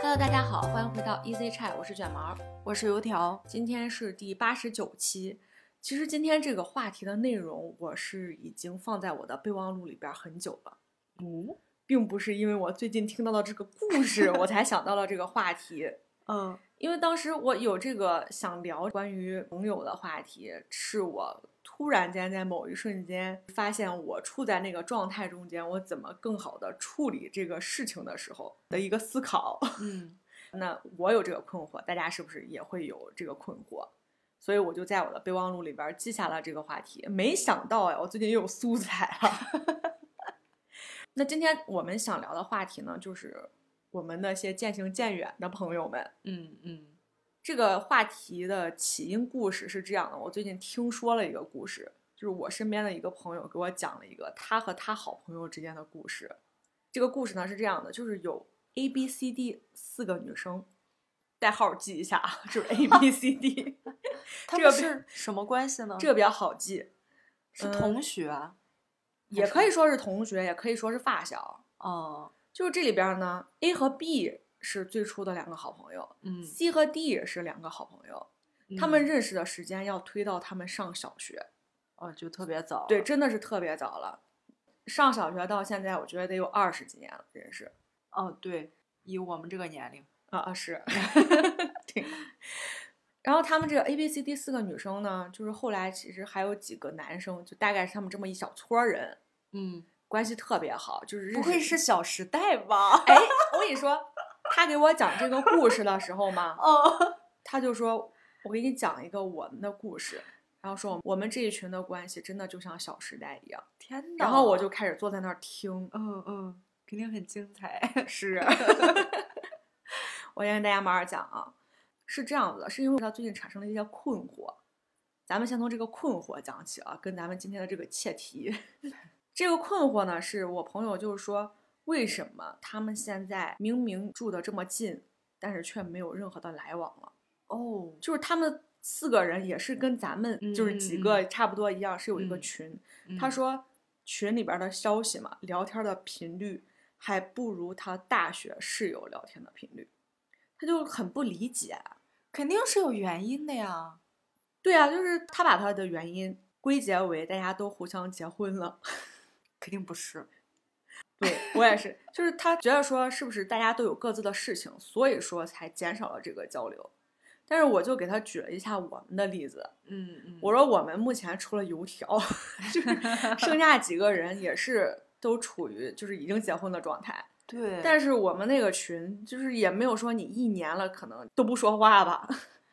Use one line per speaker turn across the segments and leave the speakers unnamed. Hello，大家好，欢迎回到 Easy Chat，我是卷毛，
我是油条。
今天是第八十九期。其实今天这个话题的内容，我是已经放在我的备忘录里边很久了，哦
嗯
并不是因为我最近听到了这个故 事，我才想到了这个话题。
嗯
因为当时我有这个想聊关于朋友的话题，是我突然间在某一瞬间发现我处在那个状态中间，我怎么更好的处理这个事情的时候的一个思考。
嗯
那我有这个困惑，大家是不是也会有这个困惑？所以我就在我的备忘录里边记下了这个话题。没想到哎呀，我最近又有素材了。 那今天我们想聊的话题呢，就是我们那些渐行渐远的朋友们。
嗯嗯
这个话题的起因故事是这样的：我最近听说了一个故事，就是我身边的一个朋友给我讲了一个他和他好朋友之间的故事。这个故事呢是这样的，就是有 A、B、C、D 四个女生，代号记一下啊，就是 A、B、C、D，
他
这个
们是什么关系呢？
这个比较好记，
是
嗯
同学啊
也可以说是同学，也可以说是发小。
哦，
就是这里边呢，A 和 B 是最初的两个好朋友
嗯，
，C 和 D 也是两个好朋友。他们认识的时间要推到他们上小学，
哦就特别早，
对，，真的是特别早了。上小学到现在，我觉得得有二十几年了，认识
哦对，以我们这个年龄，
啊啊 是，对。然后他们这个 A、B、C、D 四个女生呢，就是后来其实还有几个男生，就大概是他们这么一小撮儿人，
嗯，
关系特别好，就是认
不会
识
是《小时代》吧？
哎，我跟你说，他给我讲这个故事的时候嘛，
哦，
他就说：“我给你讲一个我们的故事。”然后说我们这一群的关系真的就像《小时代》一样。
天哪！
然后我就开始坐在那儿听，
嗯嗯，肯定很精 彩，
是， 我先跟大家慢慢讲啊，是这样子的，是因为他最近产生了一些困惑，咱们先从这个困惑讲起啊，跟咱们今天的这个切题， 这个困惑呢，是我朋友就是说，为什么他们现在明明住的这么近，但是却没有任何的来往了？
哦，
就是他们四个人也是跟咱们就是几
嗯嗯嗯
个差不多一样，是有一个
嗯
群，他说群里边儿的消息嘛，聊天儿的频率还不如他大学室友聊天的频率，他就很不理解。
肯定是有原因的呀，
对啊，就是他把他的原因归结为大家都互相结婚了。
肯定不是，
对我也是，就是他觉得说是不是大家都有各自的事情，所以说才减少了这个交流。但是我就给他举了一下我们的例子，
嗯嗯
我说我们目前除了油条， 就是剩下几个人也是都处于就是已经结婚的状态。
对，
但是我们那个群就是也没有说你一年了可能都不说话吧，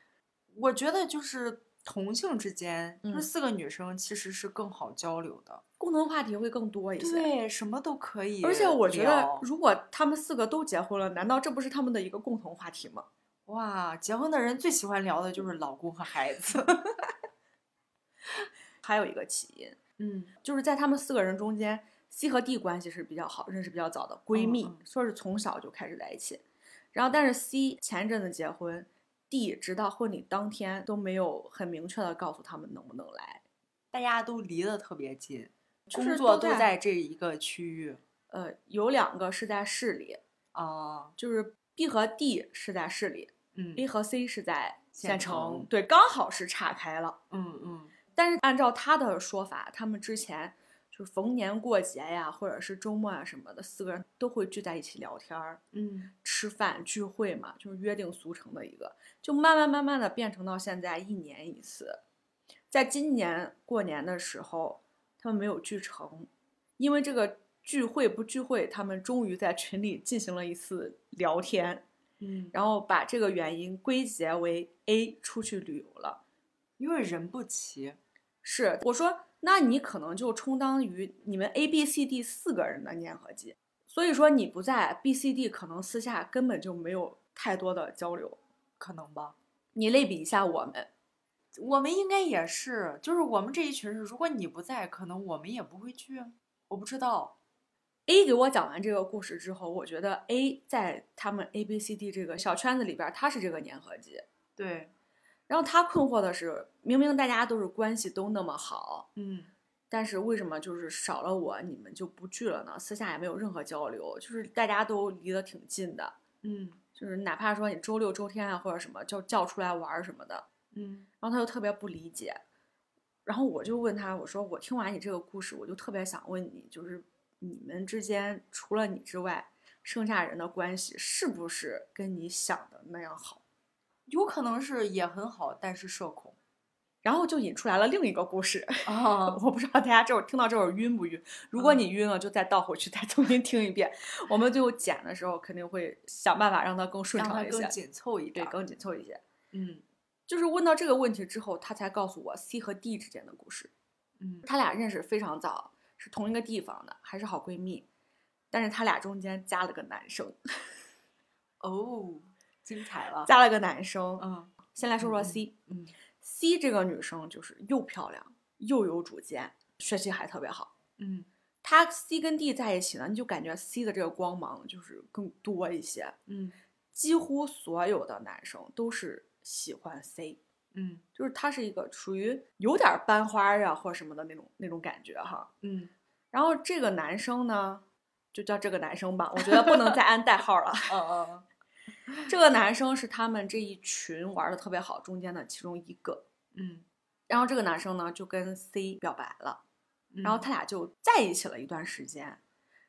我觉得就是同性之间，就是
嗯
四个女生其实是更好交流的，
共同话题会更多一些。
对，什么都可以聊。
而且我觉得，如果他们四个都结婚了，难道这不是他们的一个共同话题吗？
哇，结婚的人最喜欢聊的就是老公和孩 子。
还有一个起因，
嗯，
就是在他们四个人中间，C 和 D 关系是比较好，认识比较早的闺蜜，
嗯嗯
说是从小就开始在一起。然后，但是 C 前阵子结婚，D 直到婚礼当天都没有很明确的告诉他们能不能来。
大家都离得特别近，
就
工
是
作
都
都
在
在这一个区域
呃，有两个是在市里，
啊。
就是 B 和 D 是在市里
嗯
，A 和 C 是在县
县城
对，刚好是岔开了。
嗯嗯，
但是按照他的说法，他们之前就是逢年过节呀，或者是周末啊什么的，四个人都会聚在一起聊天儿、
嗯，
吃饭、聚会嘛，就是约定俗成的一个，就慢慢慢慢的变成到现在一年一次。在今年过年的时候，他们没有聚成，因为这个聚会不聚会，他们终于在群里进行了一次聊天。
嗯，
然后把这个原因归结为 A 出去旅游了。
因为人不齐，
是我说，那你可能就充当于你们 A、B、C、D 四个人的粘合剂，所以说你不在 B、C、D，可能私下根本就没有太多的交流。
可能吧。
你类比一下我们，
我们应该也是，就是我们这一群人，如果你不在，可能我们也不会去。我不知道，
A 给我讲完这个故事之后，我觉得 A 在他们 A、B、C、D 这个小圈子里边儿，他是这个粘合剂。
对，
然后他困惑的是，明明大家都是关系都那么好，
嗯，
但是为什么就是少了我，你们就不聚了呢？私下也没有任何交流，就是大家都离得挺近的。
嗯
就是哪怕说你周六周天啊或者什么，就叫出来玩儿什么的，
嗯
然后他就特别不理解，然后我就问他，我说我听完你这个故事，我就特别想问你，就是你们之间除了你之外，剩下人的关系是不是跟你想的那样好？
有可能是也很好，但是 社恐
然后就引出来了另一个故事，
啊
我不知道大家这会儿听到这会儿晕不晕？如果
嗯
你晕了，就再倒回去再重新听一遍。我们最后剪的时候肯定会想办法让它更顺
让它
畅一
更
些，
紧凑一
对，
点儿。
更紧凑一些。
嗯
就是问到这个问题之后，他才告诉我 C 和 D 之间的故事。
嗯
他俩认识非常早，是同一个地方的，还是好闺蜜，但是他俩中间加了个男生，
哦，精彩了。
加了个男生。
嗯
先来说说
嗯
C，C、
嗯
C 这个女生就是又漂亮又有主见，学习还特别好。
嗯
她 C 跟 D 在一起呢，你就感觉 C 的这个光芒就是更多一些。
嗯
几乎所有的男生都是喜欢 C，
嗯
就是她是一个属于有点儿班花儿啊或者什么的那种那种感觉哈。
嗯
然后这个男生呢，就叫这个男生吧，我觉得不能再按代号了。
嗯嗯
这个男生是他们这一群玩的特别好中间的其中一个。
嗯，
然后这个男生呢就跟 C 表白了，
嗯
然后他俩就在一起了一段时间。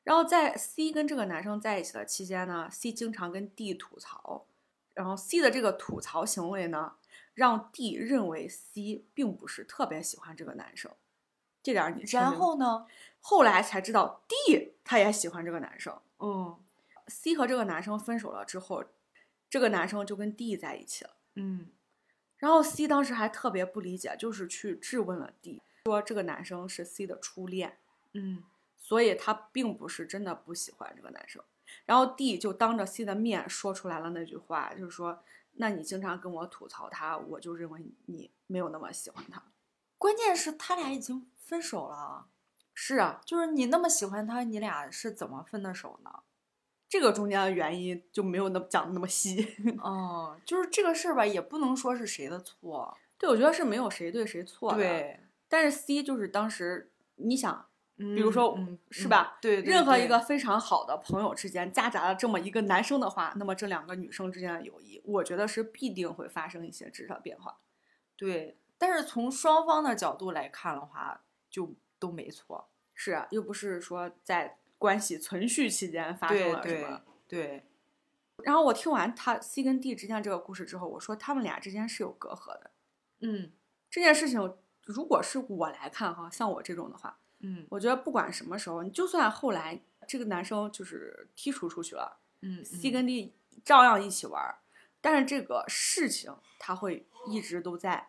然后在 C 跟这个男生在一起的期间呢，C 经常跟 D 吐槽，然后 C 的这个吐槽行为呢，让 D 认为 C 并不是特别喜欢这个男生，这点儿你听
然
明
后呢？
后来才知道 D 他也喜欢这个男生。
嗯
C 和这个男生分手了之后，这个男生就跟 D 在一起了。
嗯
然后 C 当时还特别不理解，就是去质问了 D，说这个男生是 C 的初恋，
嗯
所以他并不是真的不喜欢这个男生。然后 D 就当着 C 的面说出来了那句话，就是说，那你经常跟我吐槽他，我就认为你没有那么喜欢他。
关键是他俩已经分手了，
是啊，
就是你那么喜欢他，你俩是怎么分的手
哦
呢？
这个中间的原因就没有那么讲的那么细。
哦，就是这个事儿吧，也不能说是谁的错。
对，我觉得是没有谁对谁错的。，
对，
但是 C 就是当时，你想，
比
如说是吧？
嗯对，对
任何一
对
个非常好的朋友之间夹杂了这么一个男生的话，那么这两个女生之间的友谊，我觉得是必定会发生一些质的变化。
对，但是从双方的角度来看的话，就都没错。
是啊，又不是说在关系存续期间发生
对
了什
对
么。
对，
然后我听完他 C 跟 D 之间这个故事之后，我说他们俩之间是有隔阂的。
嗯
这件事情如果是我来看哈，像我这种的话，
嗯
我觉得不管什么时候，你就算后来这个男生就是剔除出去了，
嗯
C 跟 D 照样一起玩儿，但是这个事情它会一直都在，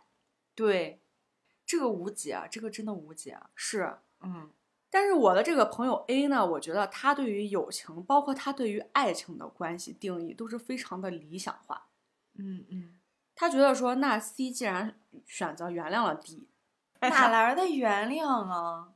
对，这个无解啊，这个真的无解啊。
是。
嗯
但是我的这个朋友 A 呢，我觉得他对于友情，包括他对于爱情的关系定义，都是非常的理想化。
嗯嗯，
他觉得说，那 C 既然选择原谅了 D，
哪来的原谅啊？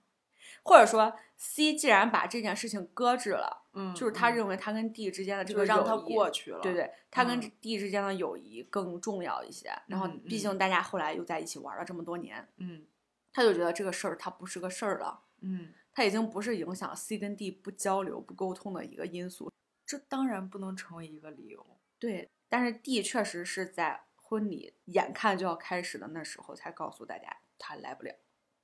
或者说 C 既然把这件事情搁置了，
嗯，
就是他
嗯
认为他跟 D 之间的这
就
个
是让
友
他
谊
过去了。
对，对，他跟
嗯
D 之间的友谊更重要一些。然后
嗯，
毕
嗯
竟大家后来又在一起玩了这么多年，
嗯
他就觉得这个事儿它不是个事儿了，
嗯，
它已经不是影响 C 跟 D 不交流、不沟通的一个因素。
这当然不能成为一个理由。
对，但是 D 确实是在婚礼眼看就要开始的那时候才告诉大家他来不了，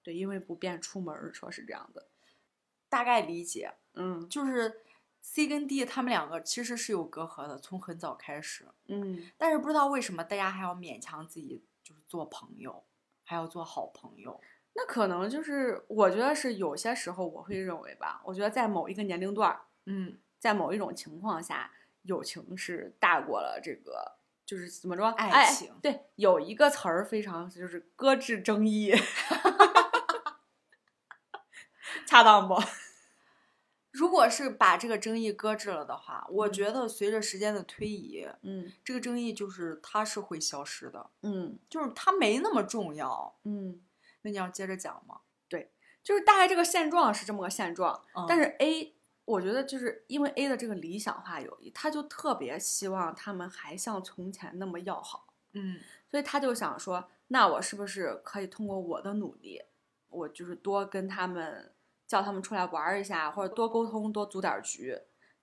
对，因为不便出门儿，说是这样的。
大概理解，
嗯
就是 C 跟 D 他们两个其实是有隔阂的，从很早开始。
嗯，
但是不知道为什么大家还要勉强自己就是做朋友，还要做好朋友。
那可能就是我觉得是有些时候我会认为吧，我觉得在某一个年龄段儿，
嗯，
在某一种情况下，友情是大过了这个。就是怎么说，
爱
哎
情
对，有一个词儿非常就是搁置争 议，恰当不？
如果是把这个争议搁置了的话，我
嗯
觉得随着时间的推移，
嗯
这个争议就是它是会消失的，
嗯
就是它没那么重要。
嗯，
那你要接着讲吗？
就是大概这个现状是这么个现状，
嗯
但是 A，我觉得就是因为 A 的这个理想化友谊，他就特别希望他们还像从前那么要好，
嗯
所以他就想说，那我是不是可以通过我的努力，我就是多跟他们叫他们出来玩儿一下，或者多沟通，多组点儿局，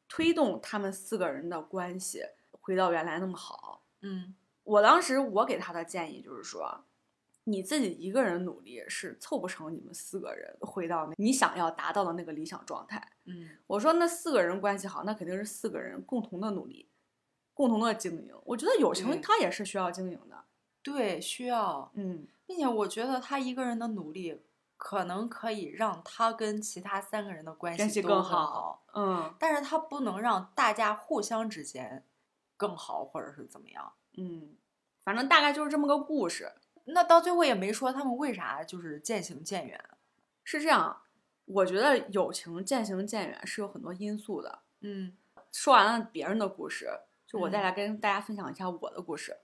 推动他们四个人的关系回到原来那么好。
嗯
我当时我给他的建议就是说，你自己一个人努力是凑不成你们四个人回到那你想要达到的那个理想状态。
嗯
我说那四个人关系好，那肯定是四个人共同的努力，共同的经营。我觉得友
对
情它也是需要经营的。
对，需要，
嗯，
并且我觉得他一个人的努力，可能可以让他跟其他三个人的关
关
系
系
都
更
很
好
好
嗯
但是他不能让大家互相之间更好，或者是怎么样。
嗯，反正大概就是这么个故事。
那到最后也没说他们为啥就是渐行渐远。
是这样，我觉得友情渐行渐远是有很多因素的。
嗯
说完了别人的故事，就我再
嗯
来跟大家分享一下我的故事。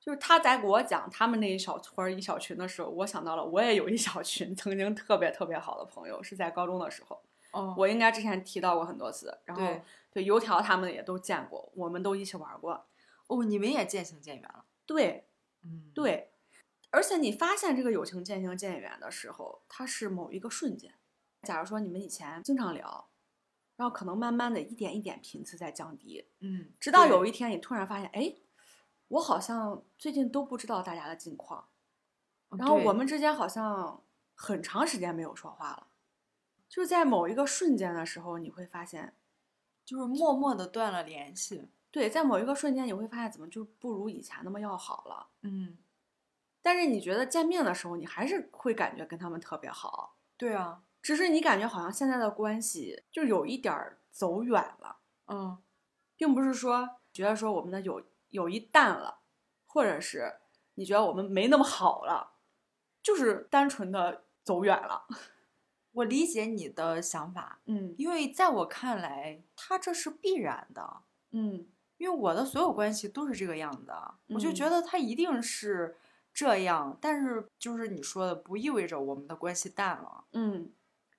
就是他在给我讲他们那一小村儿一小群的时候，我想到了我也有一小群曾经特别特别好的朋友，是在高中的时候。
哦，
我应该之前提到过很多次，然后
对
对油条他们也都见过，我们都一起玩过。
哦，你们也渐行渐远了。
对
嗯，，
对，而且你发现这个友情渐行渐远的时候，它是某一个瞬间。假如说你们以前经常聊，然后可能慢慢的一点一点频次在降低，
嗯，
直到有
一
一天你突然发现，哎，我好像最近都不知道大家的近况，
哦
然后我们之间好像很长时间没有说话了，就是在某一个瞬间的时候，你会发现，
就是默默的断了联系。
对，在某一个瞬间，你会发现怎么就不如以前那么要好了。
嗯，
但是你觉得见面的时候，你还是会感觉跟他们特别好，
对啊，
只是你感觉好像现在的关系就有一点儿走远了，
嗯
并不是说觉得说我们的友友谊淡了，或者是你觉得我们没那么好了，就是单纯的走远了。
我理解你的想法，
嗯
因为在我看来，它这是必然的。
嗯
因为我的所有关系都是这个样子的，我就觉
嗯
得它一定是这样。但是就是你说的，不意味着我们的关系淡了。
嗯，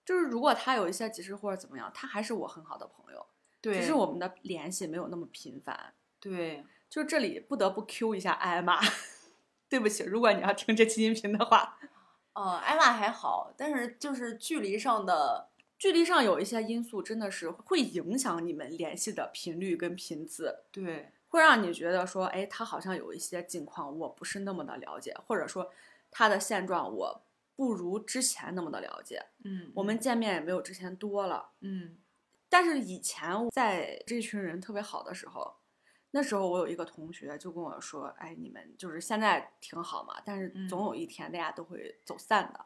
就是如果他有一些急事或者怎么样，他还是我很好的朋友，
对
只
只
是
是我
我们的联系没有那么频繁。
对
就这里不得不 Q 一下艾玛， 对不起，如果你要听这期音频的话，
呃，艾玛还好，但是就是距离上的，
距离上有一些因素真的是会影响你们联系的频率跟频次，
对
会让你觉得说，哎，他好像有一些近况我不是那么的了解，或者说他的现状我不如之前那么的了解，
嗯，
我们见面也没有之前多了。
嗯
但是以前我在这群人特别好的时候，那时候我有一个同学就跟我说：“哎，你们就是现在挺好嘛，但是总
嗯
有一天大家都会走散的。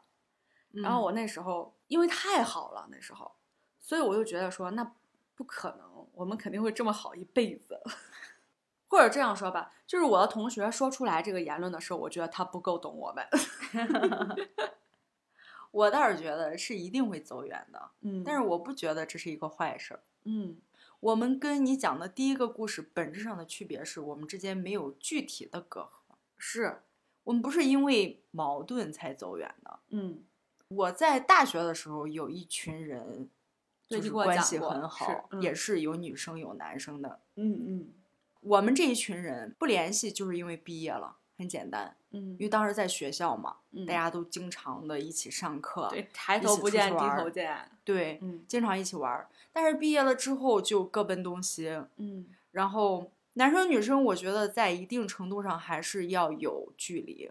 嗯
然后我那时候因为太好了，那时候，所以我就觉得说那不可能，我们肯定会这么好一辈子。 或者这样说吧，就是我的同学说出来这个言论的时候，我觉得他不够懂我们。
我倒是觉得是一定会走远的，
嗯
但是我不觉得这是一个坏事儿。
嗯
我们跟你讲的第一个故事本质上的区别是我们之间没有具体的隔阂，
是
我们不是因为矛盾才走远的。
嗯
我在大学的时候有一群人，
对
就
你
是
给我
关
讲
系
过
很
是
好，
嗯
也是有女生有男生的。
嗯嗯
我们这一群人不联系，就是因为毕业了，很简单，
嗯
因为当时在学校嘛，
嗯
大家都经常的一起上课，
对抬
一
头
起
不
出去
见低
玩
头
儿
见。
对
嗯
经常一起玩儿。但是毕业了之后就各奔东西，
嗯
然后男生女生，我觉得在一定程度上还是要有距离，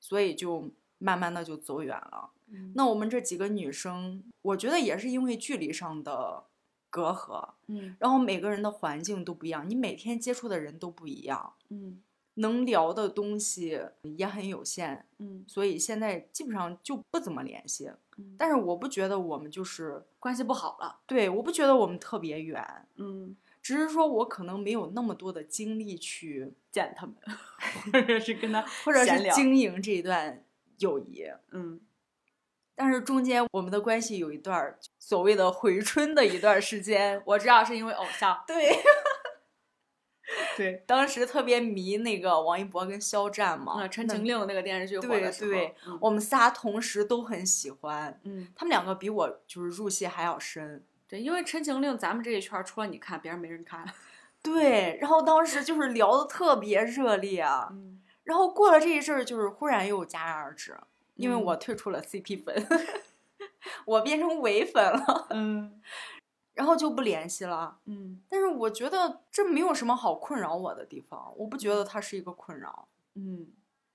所以就慢慢的就走远了。
嗯
那我们这几个女生，我觉得也是因为距离上的隔阂，
嗯
然后每个人的环境都不一样，你每天接触的人都不一样，
嗯
能聊的东西也很有限，
嗯，
所以现在基本上就不怎么联系。但
但
是我不觉得我们就是，
关系不好了，
对，我不觉得我们特别远，
嗯，
只是说我可能没有那么多的精力去，
见他们， 或者是跟他
或者
闲
是
聊，
经营这一段友谊。
嗯
但是中间我们的关系有一段儿所谓的回春的一段儿时间，
我知道是因为偶像，
对，
对，
当时特别迷那个王一博跟肖战嘛，
啊，《陈
那
情令》那个电视剧火
对
的时候，
对，我们仨同时都很喜欢，
嗯，嗯，
他们两个比我就是入戏还要深。
对，因为《陈情令》咱们这一圈儿除了你看，别人没人看，
对，然后当时就是聊的特别热烈啊，
嗯，
然后过了这一阵儿，就是忽然又戛然而止，因为
嗯
我退出了 CP 粉，我变成伪粉了。
嗯，
然后就不联系了。
嗯
但是我觉得这没有什么好困扰我的地方，我不觉得它是一个困扰。
嗯，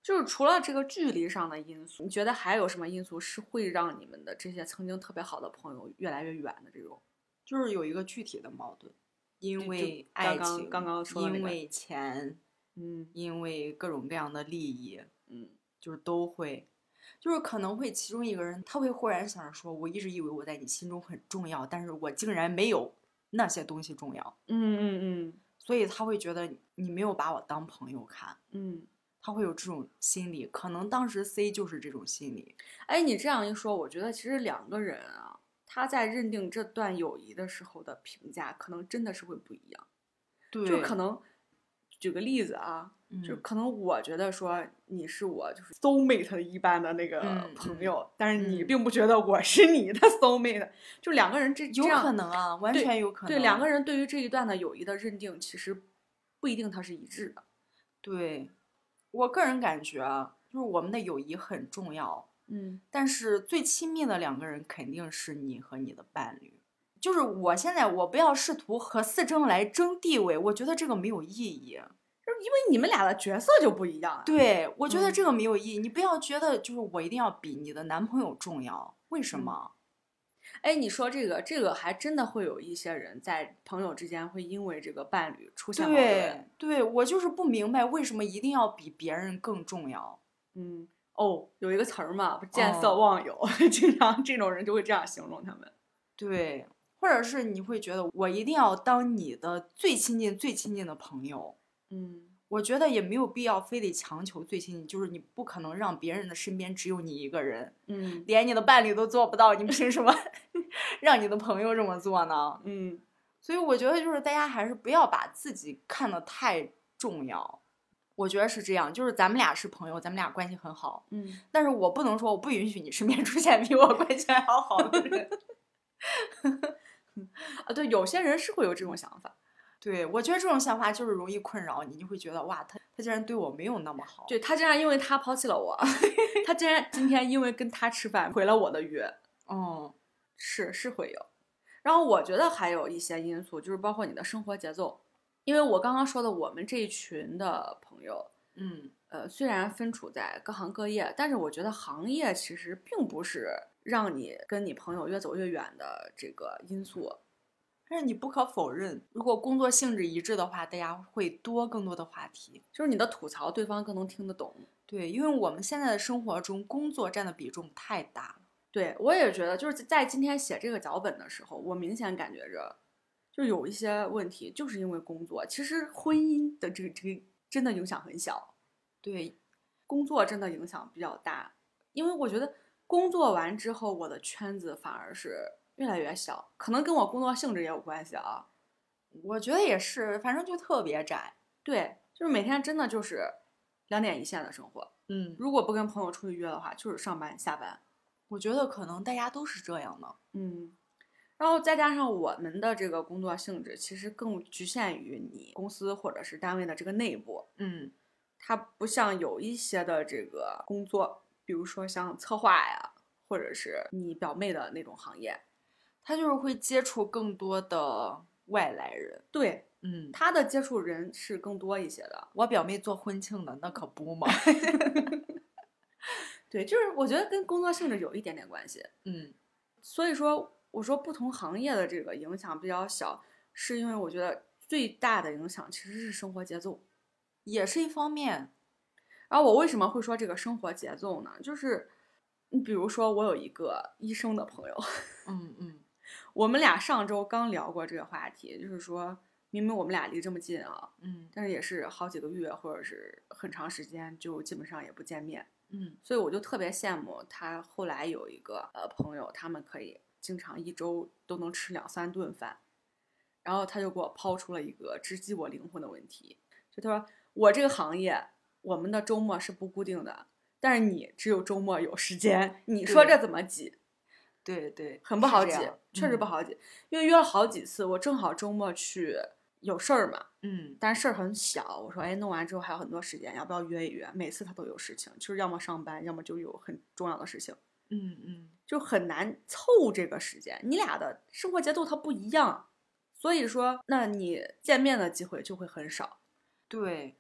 就是除了这个距离上的因素，你觉得还有什么因素是会让你们的这些曾经特别好的朋友越来越远的这种？
就是有一个具体的矛盾，
就
因
就
为
刚
爱
刚
情，
刚刚说的那
因
个
为钱，
嗯
因为各种各样的利益，
嗯
就是都会，就是可能会其中一个人他会忽然想着说，我一直以为我在你心中很重要，但是我竟然没有那些东西重要，
嗯嗯
所以他会觉得你没有把我当朋友看，
嗯。
他会有这种心理，可能当时 C 就是这种心理，
哎，你这样一说，我觉得其实两个人啊，他在认定这段友谊的时候的评价，可能真的是会不一样。
对嗯
就可能举个例子啊，就可能我觉得说你是我就是 soul mate 一般的那个
嗯
朋
嗯
友，但是你
嗯
并不觉得我是你的 soul mate，就两个人这
有
这样
可能啊，完
对
全有可能，
对两个人对于这一段的友谊的认定，其实不一定它是一致的。
对，我个人感觉啊，就是我们的友谊很重要，
嗯
但是最亲密的两个人肯定是你和你的伴侣。就是我现在，我不要试图和四争来争地位，我觉得这个没有意义。
就是因为你们俩的角色就不一样了。
对我觉得
嗯
这个没有意义，你不要觉得就是我一定要比你的男朋友重要，为什
嗯
么？
哎，你说这个，这个还真的会有一些人在朋友之间会因为这个伴侣出现矛盾。
对对，我就是不明白为什么一定要比别人更重要。
嗯，哦，有一个词儿嘛，不见色
哦
忘友， 经常这种人就会这样形容他们。
对，或者是你会觉得我一定要当你的最亲近、最亲近的朋友，
嗯
我觉得也没有必要非得强求最亲近，就是你不可能让别人的身边只有你一个人，
嗯
连你的伴侣都做不到，你凭什么 让你的朋友这么做呢？
嗯，
所以我觉得就是大家还是不要把自己看得太重要。我觉得是这样，就是咱们俩是朋友，咱们俩关系很好，
嗯，
但是我不能说我不允许你身边出现比我关系还要好的 人。
啊，对，有些人是会有这种想法，
对，我觉得这种想法就是容易困扰你，你会觉得哇，他他竟然对我没有那么好。
对他竟然因为他抛弃了我， 他竟然今天因为跟他吃饭毁了我的约，
嗯，
是是会有。然后我觉得还有一些因素，就是包括你的生活节奏，因为我刚刚说的，我们这一群的朋友，
嗯
呃，虽然分处在各行各业，但是我觉得行业其实并不是让你跟你朋友越走越远的这个因素。
但是你不可否认，如果工作性质一致的话，大家会多更多的话题。
就是你的吐槽，对方更能听得懂。
对，因为我们现在的生活中，工作占的比重太大了。
对我也觉得，就是在今天写这个脚本的时候，我明显感觉着，就有一些问题，就是因为工作。其实婚姻的这个这个真的影响很小，
对，
工作真的影响比较大，因为我觉得工作完之后，我的圈子反而是越来越小，可能跟我工作性质也有关系啊。
我觉得也是，反正就特别窄。
对，就是每天真的就是两点一线的生活。
嗯，
如果不跟朋友出去约的话，就是上班下班。
我觉得可能大家都是这样的。
嗯，然后再加上我们的这个工作性质，其实更局限于你公司或者是单位的这个内部，
嗯，
它不像有一些的这个工作，比如说像策划呀，或者是你表妹的那种行业。
他就是会接触更多的外来人。
对，
嗯，
他的接触人是更多一些的。
我表妹做婚庆的，那可不 嘛。
对，就是我觉得跟工作性质有一点点关系。
嗯，
所以说，我说不同行业的这个影响比较小，是因为我觉得最大的影响其实是生活节奏。
也是一方面。
然后我为什么会说这个生活节奏呢？就是你比如说，我有一个医生的朋友，
嗯嗯
我们俩上周刚聊过这个话题，就是说明明我们俩离这么近啊，
嗯
但是也是好几个月或者是很长时间，就基本上也不见面，
嗯
所以我就特别羡慕他后来有一个呃朋友，他们可以经常一周都能吃两三顿饭，然后他就给我抛出了一个直击我灵魂的问题，就他说我这个行业我们的周末是不固定的，但是你只有周末有时间，你说
对
这怎么挤？
对对，
很不
是
好
这
挤
样，嗯
确实不。好挤，因为约了好几次，我正好周末去有事儿嘛，
嗯
但事儿很小，我说哎，弄完之后还有很多时间，要不要约一约？每次他都有事情，就是要么上班，要么就有很重要的事情。
嗯嗯，
就很难凑这个时间。你俩的生活节奏它不一样，所以说，那你见面的机会就会很少。
对。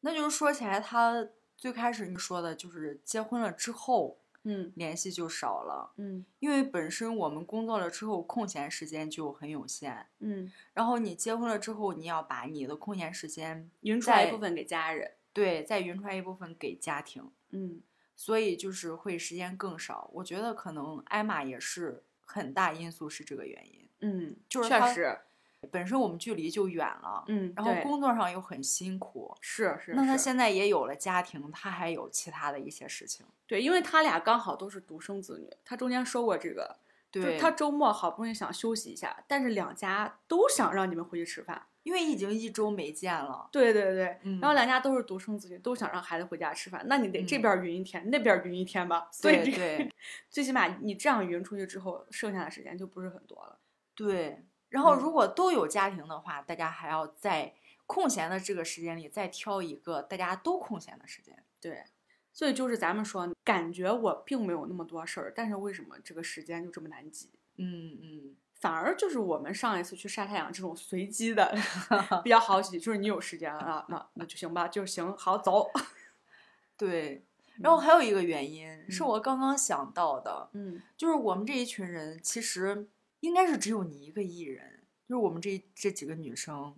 那就是说起来，他最开始你说的就是结婚了之后
嗯
联系就少了，
嗯
因为本身我们工作了之后空闲时间就很有限，
嗯，
然后你结婚了之后，你要把你的空闲时间
匀出来一
在
部分给家人。
对再匀出来一部分给家庭，
嗯
所以就是会时间更少。我觉得可能艾玛也是很大因素是这个原因，
嗯，
就是
确
他
实，
本身我们距离就远了，
嗯，
然后
对
工作上又很辛苦，
是是，
那他
是
现在也有了家庭，他还有其他的一些事情。
对，因为他俩刚好都是独生子女，他中间说过这个，就是
对，
他周末好不容易想休息一下，但是两家都想让你们回去吃饭。
因为已经一周没见了，
对对对，
嗯
然后两家都是独生子女，都想让孩子回家吃饭，那你得这
嗯
边儿匀一天，那边儿匀一天吧。所以
对
这个
对
最起码你这样匀出去之后，剩下的时间就不是很多了。
对。然后
嗯
如果都有家庭的话，大家还要在空闲的这个时间里再挑一个大家都空闲的时间。
对，所以就是咱们说，感觉我并没有那么多事儿，但是为什么这个时间就这么难挤？
嗯嗯，
反而就是我们上一次去晒太阳这种随机的 比较好挤，就是你有时间了啊，那那就行吧，就行，好走。
对。然后还有一个原因、是
嗯
我刚刚想到的，
嗯
就是我们这一群人其实应该是只有你一个艺人，就是我们这这几个女生。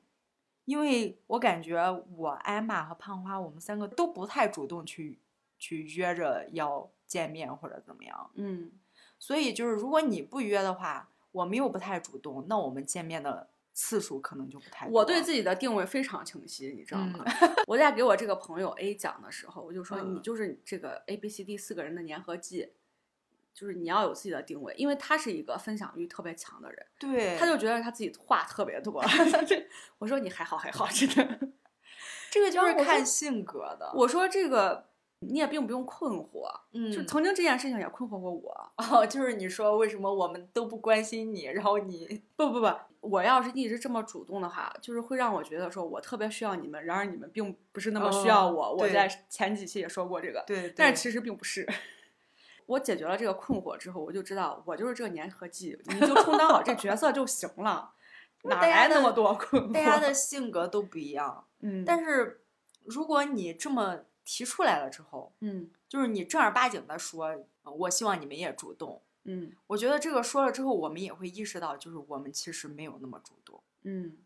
因为我感觉我艾玛和胖花，我们三个都不太主动去去约着要见面或者怎么样。
嗯
所以就是如果你不约的话，我们又不太主动，那我们见面的次数可能就不太多。
我对自己的定位非常清晰，你知道吗？ 我在给我这个朋友 A 讲的时候，我就说
嗯
你就是这个 A B C D 四个人的粘合剂，就是你要有自己的定位，因为他是一个分享欲特别强的人，
对，
他就觉得他自己话特别多。 我说你还好还好，真的。
这个就
然
是
后我
看
说
性格的。
我说这个你也并不用困惑，
嗯，
就曾经这件事情也困惑过我。
哦，就是你说为什么我们都不关心你，然后你
不不不，我要是一直这么主动的话，就是会让我觉得说我特别需要你们，然而你们并不是那么需要
哦
我。我
对
在前几期也说过这个，
对，
但
但
是
是
其实并不是。 我解决了这个困惑之后，我就知道我就是这个粘合剂，你就充当好这角色就行了，
那
哪
大家
来那
的
么多困惑？
大家的性格都不一样。
嗯，
但是如果你这么提出来了之后，
嗯
就是你正儿八经的说，呃我希望你们也主动。
嗯
我觉得这个说了之后，我们也会意识到，就是我们其实没有那么主动。
嗯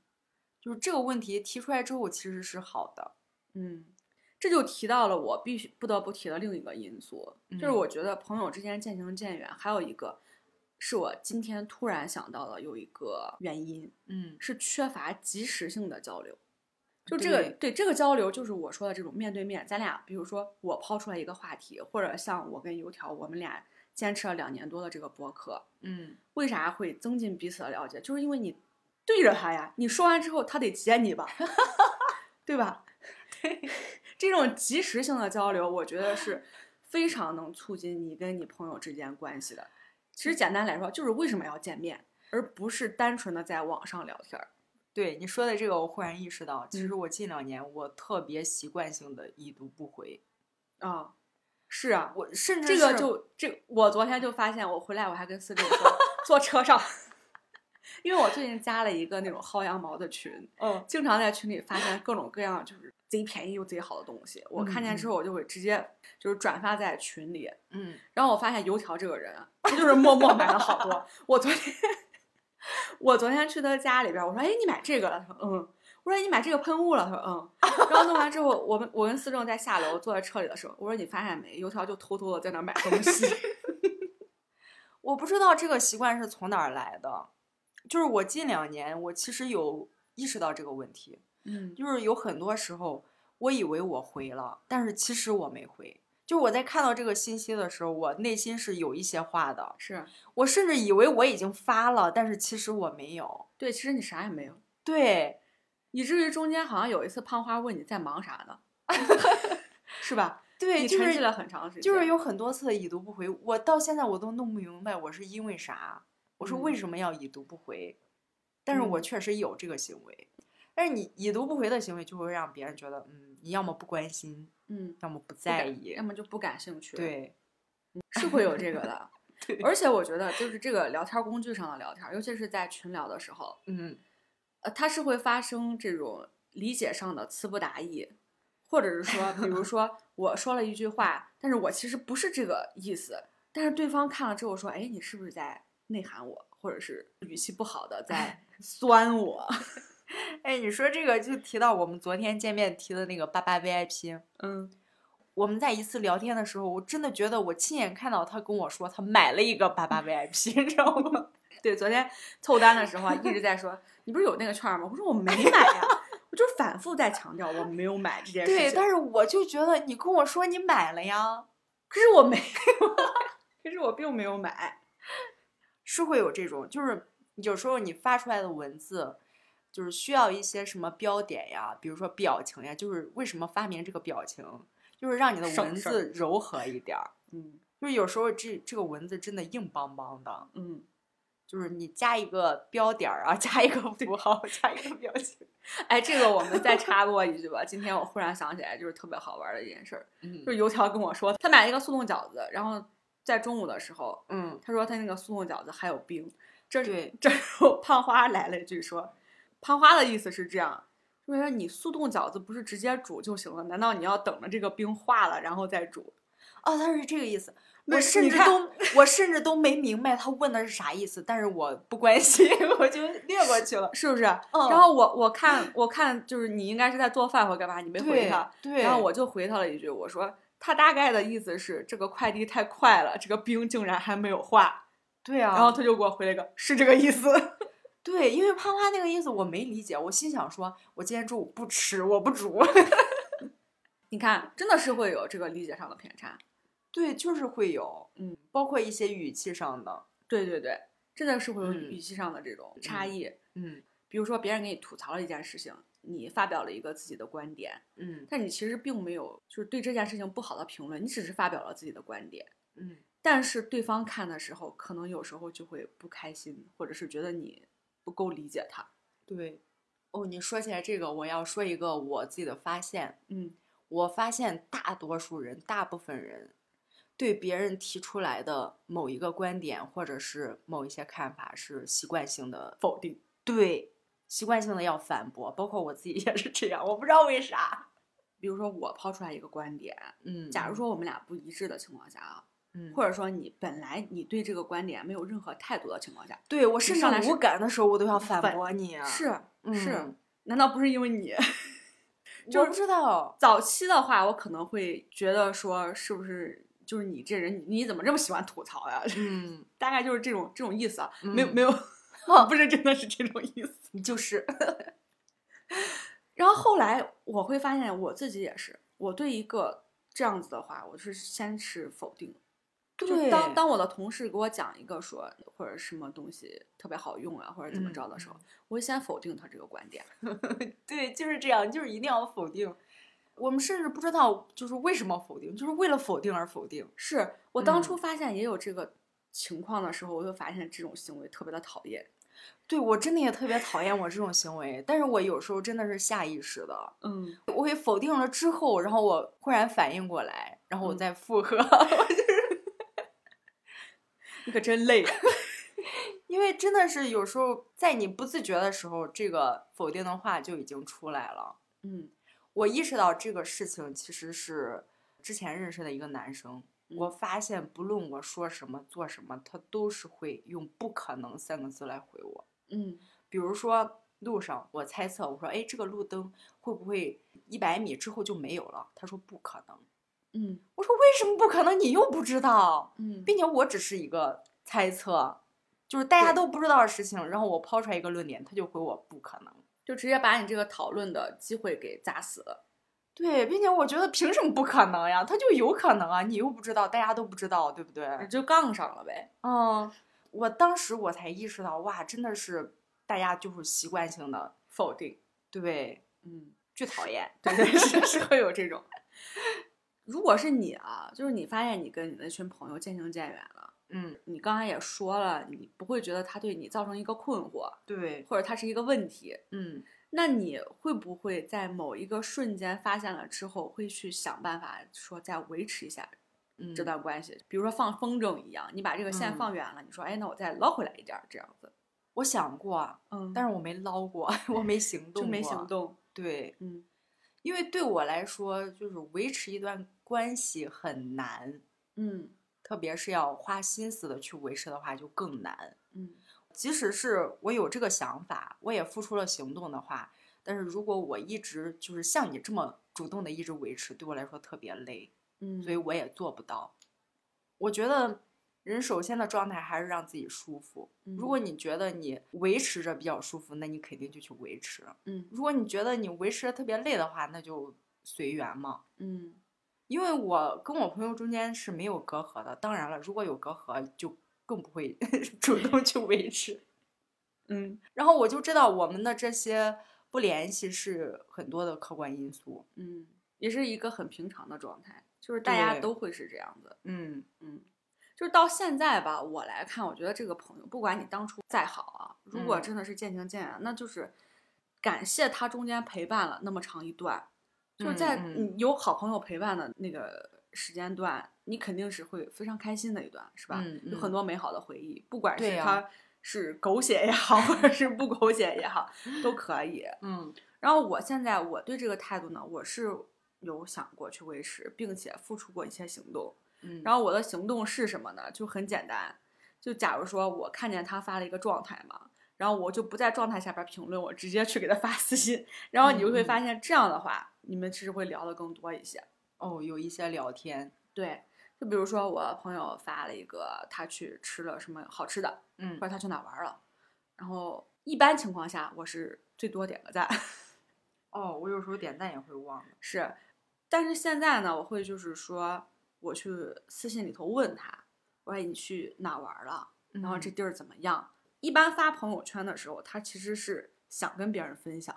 就是这个问题提出来之后，其实是好的。
嗯，这就提到了我必须不得不提的另一个因素，就是
嗯
我觉得朋友之间渐行渐远，还有一个是我今天突然想到的有一个原因，
嗯
是缺乏及时性的交流。就这个
对
对这个交流，就是我说的这种面对面，咱俩比如说我抛出来一个话题，或者像我跟油条，我们俩坚持了两年多的这个播客，
嗯，
为啥会增进彼此的了解？就是因为你对着他呀，你说完之后他得接你吧，对吧？对，这种及时性的交流，我觉得是非常能促进你跟你朋友之间关系的。其
嗯
实简单来说，就是为什么要见面，而不是单纯的在网上聊天儿。
对你说的这个，我忽然意识到，其实
嗯
我近两年我特别习惯性的已读不回，
啊、是啊，
我甚至
这个
是
就这个，我昨天就发现，我回来我还跟思哲说，坐车上， 因为我最近加了一个那种薅羊毛的群，
嗯
经常在群里发现各种各样就是贼便宜又贼好的东西，我看见之
嗯嗯
后我就会直接就是转发在群里，
嗯，
然后我发现油条这个人啊，他就是默默买了好多。我昨天，我昨天去他家里边儿，我说：“哎，你买这个了？”他说：“嗯。”我说：“你买这个喷雾了？”他说：“嗯。”然后弄完之后，我们我跟思政在下楼坐在车里的时候，我说：“你发现没？油条就偷偷的在那儿买东 西。
我不知道这个习惯是从哪儿来的，就是我近两年我其实有意识到这个问题，”
嗯
就是有很多时候我以为我回了，但是其实我没回。就是我在看到这个信息的时候，我内心是有一些话的，
是
我甚至以为我已经发了，但是其实我没有。
对，其实你啥也没有，
对，
以至于中间好像有一次胖花问你在忙啥呢， 是吧？
对，
你
就
沉寂
是
了很长时间，
就是有很多次的已读不回，我到现在我都弄不明白我是因为啥，我是为
嗯
什么要已读不回，但是我
嗯
确实有这个行为，但是你已读不回的行为就会让别人觉得，嗯，你要么不关心，
嗯，
要么
不
不
感
在意
要，么就不感兴趣。，
对，
是会有这个的。
对
而且我觉得，就是这个聊天工具上的聊天，尤其是在群聊的时候，
嗯，
呃，它是会发生这种理解上的词不达意，或者是说，比如 说我说了一句话，但是我其实不是这个意思，但是对方看了之后说，哎，你是不是在内涵我，或者是语气不好的在 酸我？
哎，你说这个就提到我们昨天见面提的那个八八 VIP，
嗯，
我们在一次聊天的时候，我真的觉得我亲眼看到他跟我说他买了一个八八 VIP，你知 道吗？
对，昨天凑单的时候啊一直在说，你不是有那个券儿吗？我说我没买呀，我就反复在强调我没有买这件事情。
对，但是我就觉得你跟我说你买了呀，
可是我没有，可是我并没有买。
是会有这种，就是有时候你发出来的文字，就是需要一些什么标点呀，比如说表情呀，就是为什么发明这个表情，就是让你的
省
文
事儿
字柔和一点儿。
嗯
就是有时候这这个文字真的硬邦邦的，
嗯，
就是你加一个标点儿啊， 加一个符号，加一个表情，
哎，这个我们再插播一句吧。今天我忽然想起来，就是特别好玩儿的一件事儿，
嗯
就是油条跟我说，他买了一个速冻饺子，然后在中午的时候，
嗯，
他说他那个速冻饺子还有冰。这
对
这时候胖花来了一句说，胖花的意思是这样，就是说你速冻饺子不是直接煮就行了，难道你要等着这个冰化了然后再煮？
哦，他是这个意思。
那
我甚
你
至
看
都我甚至都没明白他问的是啥意思，但是我不关心， 我就略过去了。
是不是？
嗯
然后我我看我看就是你应该是在做饭或干嘛，你没回
对
他，
对，
然后我就回他了一句，我说他大概的意思是这个快递太快了，这个冰竟然还没有化。
对啊，
然后他就给我回了一个是这个意思。
对，因为啪啪那个意思我没理解，我心想说，我今天中午不吃，我不煮。
你看，真的是会有这个理解上的偏差。
对，就是会有，
嗯，
包括一些语气上的，
对对对，真的是会有
嗯
语气上的这种差异。
嗯
比如说别人给你吐槽了一件事情，你发表了一个自己的观点，
嗯
但你其实并没有就是对这件事情不好的评论，你只是发表了自己的观点。
嗯，
但是对方看的时候，可能有时候就会不开心，或者是觉得你不够理解他。
对。哦，你说起来这个，我要说一个我自己的发现。
嗯
我发现大多数人，大部分人对别人提出来的某一个观点或者是某一些看法是习惯性的，
否定。
对，习惯性的要反驳，包括我自己也是这样，我不知道为啥。
比如说我抛出来一个观点，
嗯，
假如，说我们俩不一致的情况下啊，
嗯，
或者说你本来你对这个观点没有任何态度的情况下，
对我
你
甚至
上来是
无感的时候，我都要反
反
驳你啊。
是是
嗯，
难道不是因为你？ 就
我
是
不知 道，嗯
早期的话，我可能会觉得说是不是就是你这人，你怎么这么喜欢吐槽呀？
嗯，
大概就是这种这种意思啊，没有
嗯
没有， 不是真的是这种意思。
就是，
然后后来我会发现我自己也是，我对一个这样子的话，我是先是否定。就
对
当当我的同事给我讲一个说或者什么东西特别好用啊，或者怎么
嗯
着的时候，我会先否定他这个观点。
对，就是这样，就是一定要否定。我们甚至不知道就是为什么否定，就是为了否定而否定。
是我当
嗯
初发现也有这个情况的时候，我就发现这种行为特别的讨厌。
对我真的也特别讨厌我这种行为，但是我有时候真的是下意识的，
嗯，
我会否定了之后，然后我忽然反应过来，然后我
嗯
再附和，
你可真累啊。
因为真的是有时候在你不自觉的时候，这个否定的话就已经出来了。
嗯
我意识到这个事情其实是之前认识的一个男生，我发现不论我说什么做什么，他都是会用“不可能”三个字来回我。
嗯
比如说路上，我猜测我说：“哎，这个路灯会不会一百米之后就没有了？”他说：“不可能。
嗯”
我说：“为什么不可能？你又不知道，
嗯，
并且我只是一个猜测，就是大家
对
都不知道的事情，然后我抛出来一个论点，他就回我不可能。”
就直接把你这个讨论的机会给砸死了。
对，并且我觉得凭什么不可能呀？他就有可能啊，你又不知道，大家都不知道，对不对？
就杠上了呗，
嗯，我当时我才意识到，哇，真的是大家就是习惯性的，
否定。
对，
嗯，
巨讨厌。
对对，是是会有这种。如果是你啊，就是你发现你跟你那群朋友渐行渐远了，
嗯，
你刚才也说了，你不会觉得他对你造成一个困惑，
对，
或者他是一个问题，
嗯，
那你会不会在某一个瞬间发现了之后，会去想办法说再维持一下
嗯，
这段关系。比如说放风筝一样，你把这个线
嗯
放远了，你说，哎，那我再捞回来一点儿，这样子。
我想过，啊
嗯但
但
是
是我没捞过， 我没行动，
就没行。动。
对，
嗯
因为对我来说，就是维持一段关系很难，
嗯
特别是要花心思的去维持的话，就更难。
嗯
即使是我有这个想法，我也付出了行动的话，但是如果我一直就是像你这么主动的一直维持，对我来说特别累，
嗯，
所以我也做不到。我觉得人首先的状态还是让自己舒服。
嗯
如果你觉得你维持着比较舒服，那你肯定就去维持；
嗯
如果你觉得你维持的特别累的话，那就随缘嘛。
嗯
因为我跟我朋友中间是没有隔阂的，当然了，如果有隔阂，就更不会 主动去维持。
嗯
然后我就知道我们的这些不联系是很多的客观因素。
嗯，也是一个很平常的状态，就是大家
对
都会是这样子。
嗯
嗯，就是到现在吧，我来看，我觉得这个朋友，不管你当初再好啊，如果
嗯
真的是渐行渐远，那就是感谢他中间陪伴了那么长一段，就是
嗯
在你
嗯
有好朋友陪伴的那个时间段，你肯定是会非常开心的一段，是吧？
嗯
有很
嗯
多美好的回忆，不管是
对呀
他是狗血也好，或者是不狗血也好，都可以。
嗯
然后我现在我对这个态度呢，我是有想过去维持，并且付出过一些行动。
嗯，
然
后
后我的行动是什么呢？就很简单，就假如说我看见他发了一个状态嘛，然后我就不在状态下边评论，我直接去给他发私信，然后你就会
嗯嗯
发现这样的话，你们是会聊的更多一些。
哦，有一些聊天，
对，就比如说我朋友发了一个他去吃了什么好吃的，
嗯
或者他去哪玩了，然后一般情况下我是最多点个赞，
哦，我有时候点赞也会忘的。
是，但是现在呢，我会就是说我去私信里头问他，我说哎你去哪玩了？然后这
嗯
地儿怎么样？一般发朋友圈的时候，他其实是想跟别人分享，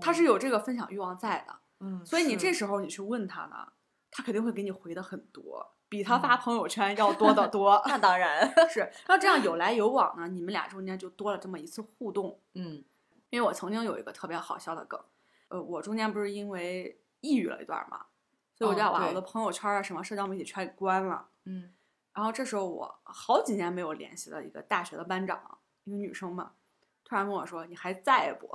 他是有这个分享欲望在的，
嗯，
所以你
哦是
这时候你去问他呢，他肯定会给你回的很多，比他
嗯
发朋友圈要多得
。
多
那当然，
是，然后这样有来有往呢，你们俩中间就多了这么一次互动。
嗯
因为我曾经有一个特别好笑的梗，呃，我中间不是因为抑郁了一段嘛，所以我就
哦
要把我
对
的朋友圈啊、什么社交媒体全给关了。
嗯
然后这时候我好几年没有联系的一个大学的班长，一个女生嘛，突然问我说：“你还在不？”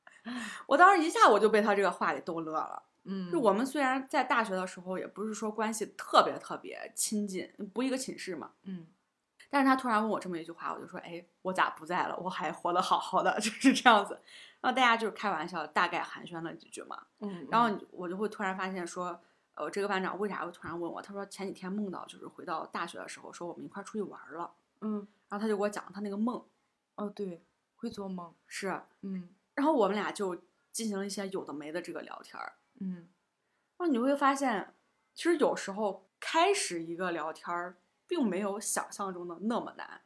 我当时一下我就被她这个话给逗乐了。
嗯，
就我们虽然在大学的时候也不是说关系特别特别亲近，不一个寝室嘛，
嗯
但是她突然问我这么一句话，我就说：“哎，我咋不在了？我还活得好好的， 就是这样子。”然后大家就是开玩笑，大概寒暄了几句嘛。
嗯，
然后你我就会突然发现说，呃，这个班长为啥会突然问我？他说前几天梦到就是回到大学的时候，说我们一块儿出去玩儿了，
嗯
然后他就给我讲了他那个梦
哦对，会做梦，
是，
嗯
然后我们俩就进行了一些有的没的这个聊天儿，
嗯
然后你会发现，其实有时候开始一个聊天儿，并没有想象中的那么难，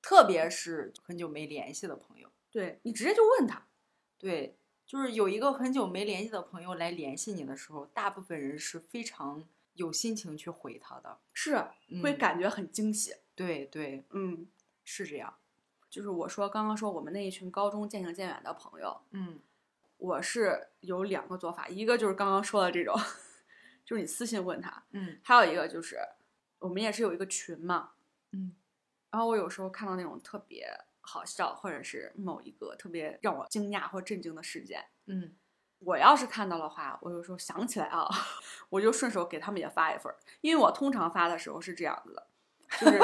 特别是很久没联系的朋友，
对你直接就问他，
对，就是有一个很久没联系的朋友来联系你的时候，大部分人是非常有心情去回他的，
是会
嗯
感觉很惊喜，
对对，
嗯，
是这样，
就是我说刚刚说我们那一群高中渐行渐远的朋友，
嗯
我是有两个做法，一个就是刚刚说的这种， 就是你私信问他；
嗯
还有一个就是我们也是有一个群嘛，
嗯
然后我有时候看到那种特别好笑，或者是某一个特别让我惊讶或震惊的事件，
嗯，
我要是看到的话，我有时候想起来啊， 我就顺手给他们也发一份儿，因为我通常发的时候是这样子的，就是。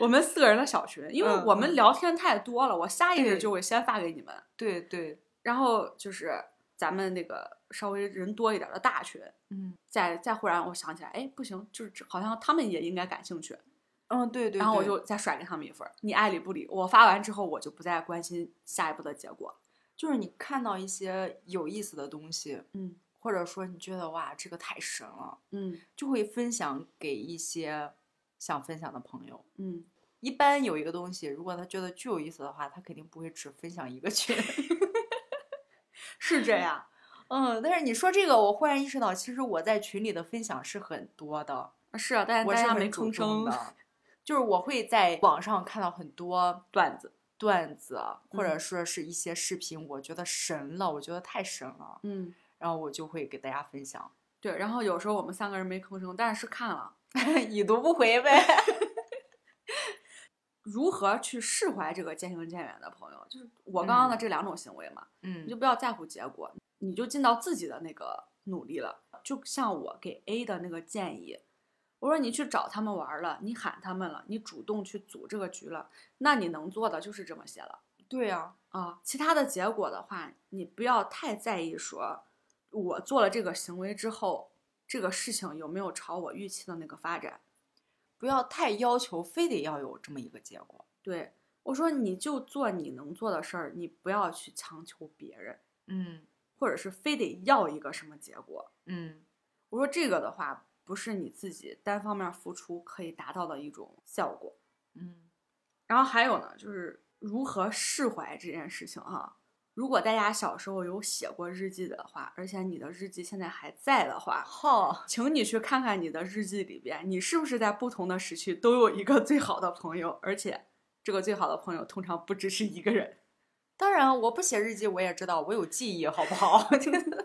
我们四个人的小群，因为
嗯
我们聊天太多了，我下意识
对
就会先发给你们。
对对，
然后就是咱们那个稍微人多一点儿的大群，
嗯
再再忽然我想起来，哎，不行，就是这好像他们也应该感兴趣，
嗯对对，
然后我
对
就再甩给他们一份儿，你爱理不理。我发完之后，我就不再关心下一步的结果。
就是你看到一些有意思的东西，
嗯
或者说你觉得哇这个太神了，
嗯
就会分享给一些想分享的朋友。
嗯，
一般有一个东西，如果他觉得具有意思的话，他肯定不会只分享一个群。
是这样。
嗯，但是你说这个，我忽然意识到，其实我在群里的分享是很多的，
是啊，但是
我
大
是
家
很
没吭
主动
声。
的，就是我会在网上看到很多
段子，
段子，或者
嗯
说是一些视频，我觉得神了，我觉得太神了，
嗯
然后我就会给大家分享。
对，然后有时候我们三个人没吭声，但是看了。
已读不回呗。
如何去释怀这个渐行渐远的朋友，就是我刚刚的这两种行为嘛，
嗯
你就不要在乎结果，你就尽到自己的那个努力了。就像我给 A 的那个建议，我说你去找他们玩儿了，你喊他们了，你主动去组这个局了，那你能做的就是这么些了
对呀、
啊。其他的结果的话，你不要太在意说，我做了这个行为之后，这个事情有没有朝我预期的那个发展。
不要太要求，非得要有这么一个结果。
对，我说你就做你能做的事儿，你不要去强求别人，
嗯
或者是非得要一个什么结果。
嗯，
我说这个的话，不是你自己单方面付出可以达到的一种效果。
嗯，
然后还有呢，就是如何释怀这件事情哈、如果大家小时候有写过日记的话，而且你的日记现在还在的话，
好，
请你去看看你的日记里边，你是不是在不同的时期都有一个最好的朋友，而且这个最好的朋友通常不只是一个人。
当然我不写日记，我也知道我有记忆，好不好？
嗯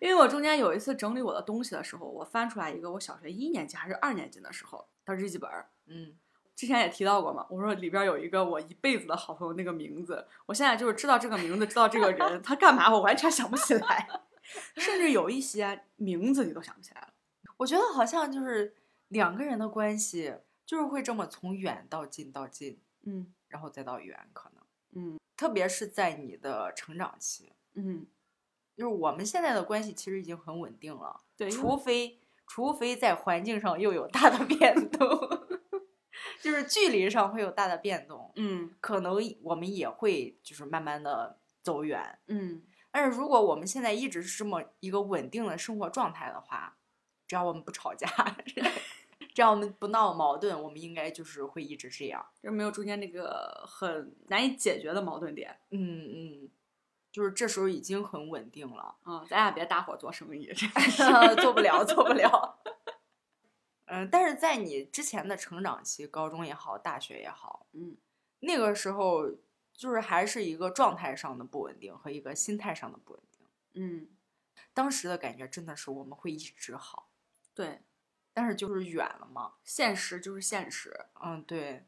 因为我中间有一次整理我的东西的时候，我翻出来一个我小学一年级还是二年级的时候的日记本儿。
嗯
之前也提到过嘛，我说里边有一个我一辈子的好朋友那个名字，我现在就是知道这个名字，知道这个人， 他干嘛我完全想不起来， 甚至有一些名字你都想不起来了。
我觉得好像就是两个人的关系，就是会这么从远到近到近，
嗯
然后再到远，可能，
嗯，
特别是在你的成长期，
嗯，
就是我们现在的关系其实已经很稳定了，
对，
除非除非在环境上又有大的变动， 就是距离上会有大的变动，
嗯
可能我们也会就是慢慢的走远。
嗯
但是如果我们现在一直是这么一个稳定的生活状态的话，只要我们不吵架， 只要我们不闹矛盾，我们应该就是会一直这样。
就是没有中间那个很难以解决的矛盾点
嗯嗯，就是这时候已经很稳定了。
啊、咱俩别搭伙做生意， 真是
做不了，做不了。嗯，但是在你之前的成长期，高中也好，大学也好，
嗯，
那个时候就是还是一个状态上的不稳定和一个心态上的不稳定。
嗯，
当时的感觉真的是我们会一直好，
对，
但是就是远了嘛。
现实就是现实，
嗯，对，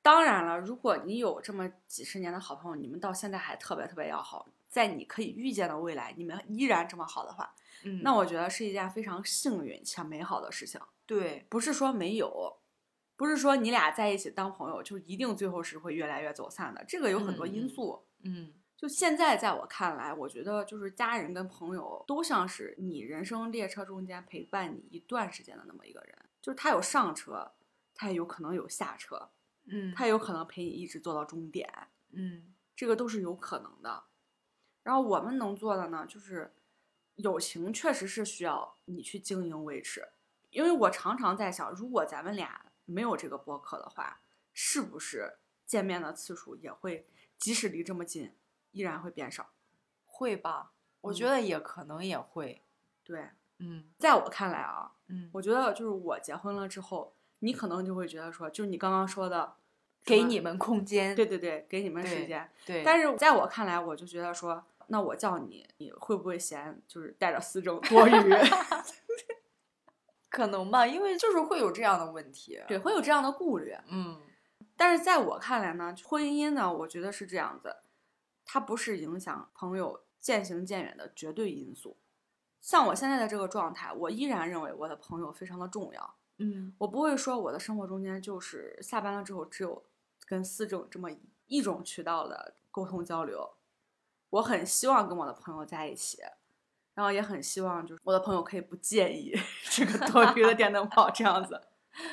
当然了，如果你有这么几十年的好朋友，你们到现在还特别特别要好，在你可以预见的未来，你们依然这么好的话，
嗯，
那我觉得是一件非常幸运且美好的事情。
对
不是说没有，不是说你俩在一起当朋友就一定最后是会越来越走散的，这个有很多因素。
嗯
就现在在我看来，我觉得就是家人跟朋友都像是你人生列车中间陪伴你一段时间的那么一个人，就是他有上车，他也有可能有下车，
嗯
他也有可能陪你一直坐到终点。
嗯
这个都是有可能的。然后我们能做的呢，就是友情确实是需要你去经营维持。因为我常常在想，如果咱们俩没有这个播客的话，是不是见面的次数也会，即使离这么近，依然会变少？
会吧？我觉
嗯
得也可能也会。
对，
嗯
在我看来啊，
嗯，
我觉得就是我结婚了之后，你可能就会觉得说，就是你刚刚说的，
给
什么
你们空间。
对对对，给你们时
对
间，
对，
但是在我看来，我就觉得说，那我叫你，你会不会嫌就是带着私政多余？
可能吧，因为就是会有这样的问题。
对，会有这样的顾虑。
嗯。
但是在我看来呢，婚姻呢，我觉得是这样子，它不是影响朋友渐行渐远的绝对因素。像我现在的这个状态，我依然认为我的朋友非常的重要。
嗯
我不会说我的生活中间就是下班了之后只有跟思政这么一一种渠道的沟通交流。我很希望跟我的朋友在一起，然后也很希望就是我的朋友可以不介意这个多余的电灯泡这样子。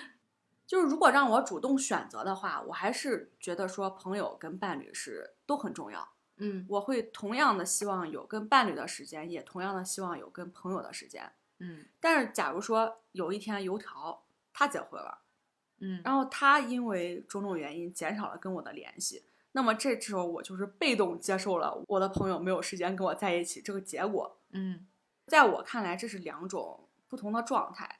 就是如果让我主动选择的话，我还是觉得说朋友跟伴侣是都很重要。
嗯
我会同样的希望有跟伴侣的时间，也同样的希望有跟朋友的时间。
嗯
但是假如说有一天油条他结婚了，
嗯，
然后他因为种种原因减少了跟我的联系，那么这时候我就是被动接受了我的朋友没有时间跟我在一起这个结果。
嗯
在我看来，这是两种不同的状态，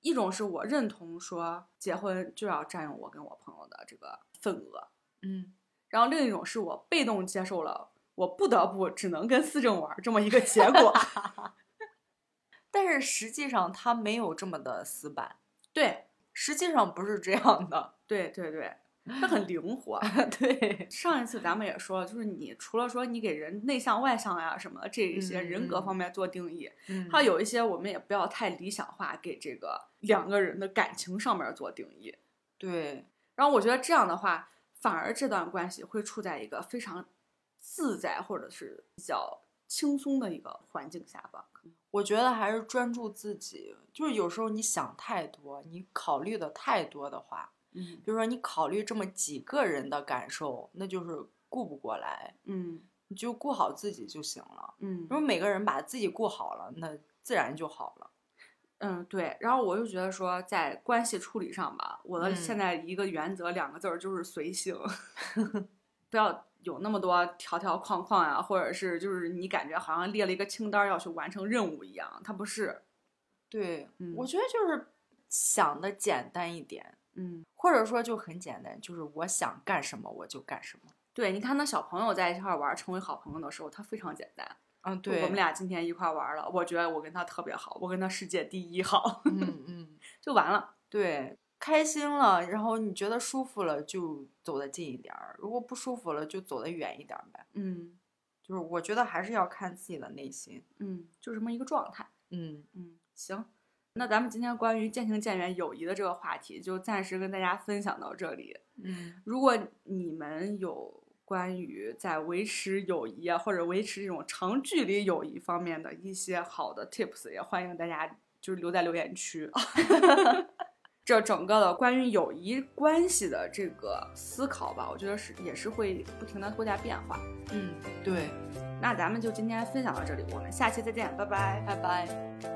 一种是我认同说结婚就要占用我跟我朋友的这个份额，
嗯
然后另一种是我被动接受了我不得不只能跟思政玩儿这么一个结果。
但是实际上他没有这么的死板，
对
实际上不是这 样的。
对对对，它很灵活。
对，
上一次咱们也说了，就是你除了说你给人内向外向呀、什么的这一些
嗯
人格
嗯
方面做定义，
嗯
还有一些我们也不要太理想化，给这个两个人的感情上面做定义。
对，
然后我觉得这样的话，反而这段关系会处在一个非常自在或者是比较轻松的一个环境下吧。
我觉得还是专注自己，就是有时候你想太多，你考虑的太多的话，
嗯
比如说你考虑这么几个人的感受，那就是顾不过来，
嗯
你就顾好自己就行了。
嗯
如果每个人把自己顾好了，那自然就好了。
嗯，对。然后我就觉得说，在关系处理上吧，我的
嗯
现在一个原则两个字儿就是随性， 不要有那么多条条框框呀、或者是就是你感觉好像列了一个清单儿要去完成任务一样，它不是。
对，我
嗯
觉得就是想的简单一点，
嗯，
或者说就很简单，就是我想干什么我就干什么。
对，你看那小朋友在一块儿玩儿成为好朋友的时候，他非常简单。
嗯，
就
对，
我们，俩今天一块儿玩儿了，我觉得我跟他特别好，我跟他世界第一好，
嗯嗯，
就完了。
对，开心了，然后你觉得舒服了就走得近一点儿，如果不舒服了就走得远一点儿呗。
嗯
就是我觉得还是要看自己的内心。
嗯，就这么一个状态。
嗯，
嗯，行，那咱们今天关于渐行渐远友谊的这个话题，就暂时跟大家分享到这里。
嗯，
如果你们有关于在维持友谊啊，或者维持这种长距离友谊方面的一些好的 tips，也欢迎大家就是留在留言区。 这整个的关于友谊关系的这个思考吧，我觉得是也是会不停的多加变化。
嗯，对，
那咱们就今天分享到这里，我们下期再见，拜拜。
拜拜。